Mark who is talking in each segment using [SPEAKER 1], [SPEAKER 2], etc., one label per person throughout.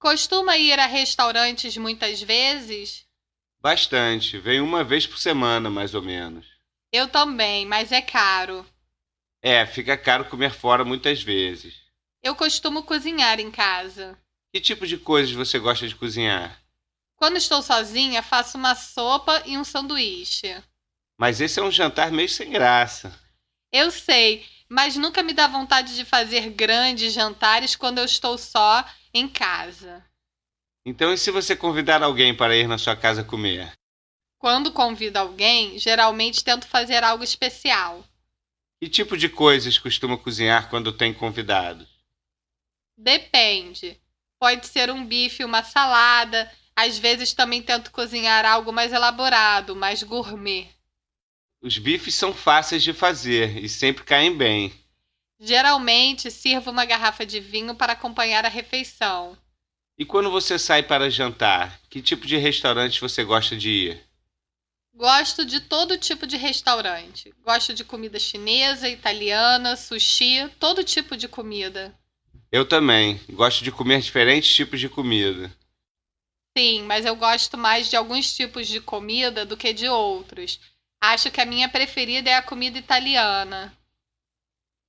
[SPEAKER 1] Costuma ir a restaurantes muitas vezes?
[SPEAKER 2] Bastante. Vem uma vez por semana, mais ou menos.
[SPEAKER 1] Eu também, mas é caro.
[SPEAKER 2] É, fica caro comer fora muitas vezes.
[SPEAKER 1] Eu costumo cozinhar em casa.
[SPEAKER 2] Que tipo de coisas você gosta de cozinhar?
[SPEAKER 1] Quando estou sozinha, faço uma sopa e um sanduíche.
[SPEAKER 2] Mas esse é um jantar meio sem graça.
[SPEAKER 1] Eu sei, mas nunca me dá vontade de fazer grandes jantares quando eu estou só em casa.
[SPEAKER 2] Então, e se você convidar alguém para ir na sua casa comer?
[SPEAKER 1] Quando convido alguém, geralmente tento fazer algo especial.
[SPEAKER 2] Que tipo de coisas costuma cozinhar quando tem convidados?
[SPEAKER 1] Depende. Pode ser um bife, uma salada. Às vezes também tento cozinhar algo mais elaborado, mais gourmet.
[SPEAKER 2] Os bifes são fáceis de fazer e sempre caem bem.
[SPEAKER 1] Geralmente sirvo uma garrafa de vinho para acompanhar a refeição.
[SPEAKER 2] E quando você sai para jantar, que tipo de restaurante você gosta de ir?
[SPEAKER 1] Gosto de todo tipo de restaurante. Gosto de comida chinesa, italiana, sushi, todo tipo de comida.
[SPEAKER 2] Eu também. Gosto de comer diferentes tipos de comida.
[SPEAKER 1] Sim, mas eu gosto mais de alguns tipos de comida do que de outros. Acho que a minha preferida é a comida italiana.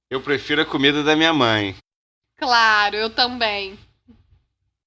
[SPEAKER 2] Eu prefiro a comida da minha mãe.
[SPEAKER 1] Claro, eu também.